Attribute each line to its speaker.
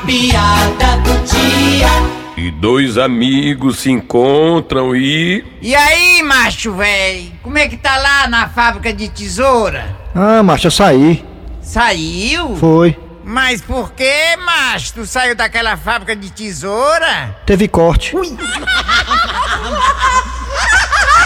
Speaker 1: piada do dia.
Speaker 2: E dois amigos se encontram e.
Speaker 3: E aí, macho véi, como é que tá lá na fábrica de tesoura?
Speaker 4: Ah, macho, eu saí.
Speaker 3: Saiu?
Speaker 4: Foi.
Speaker 3: Mas por que, macho? Tu saiu daquela fábrica de tesoura?
Speaker 4: Teve corte.
Speaker 3: Ui.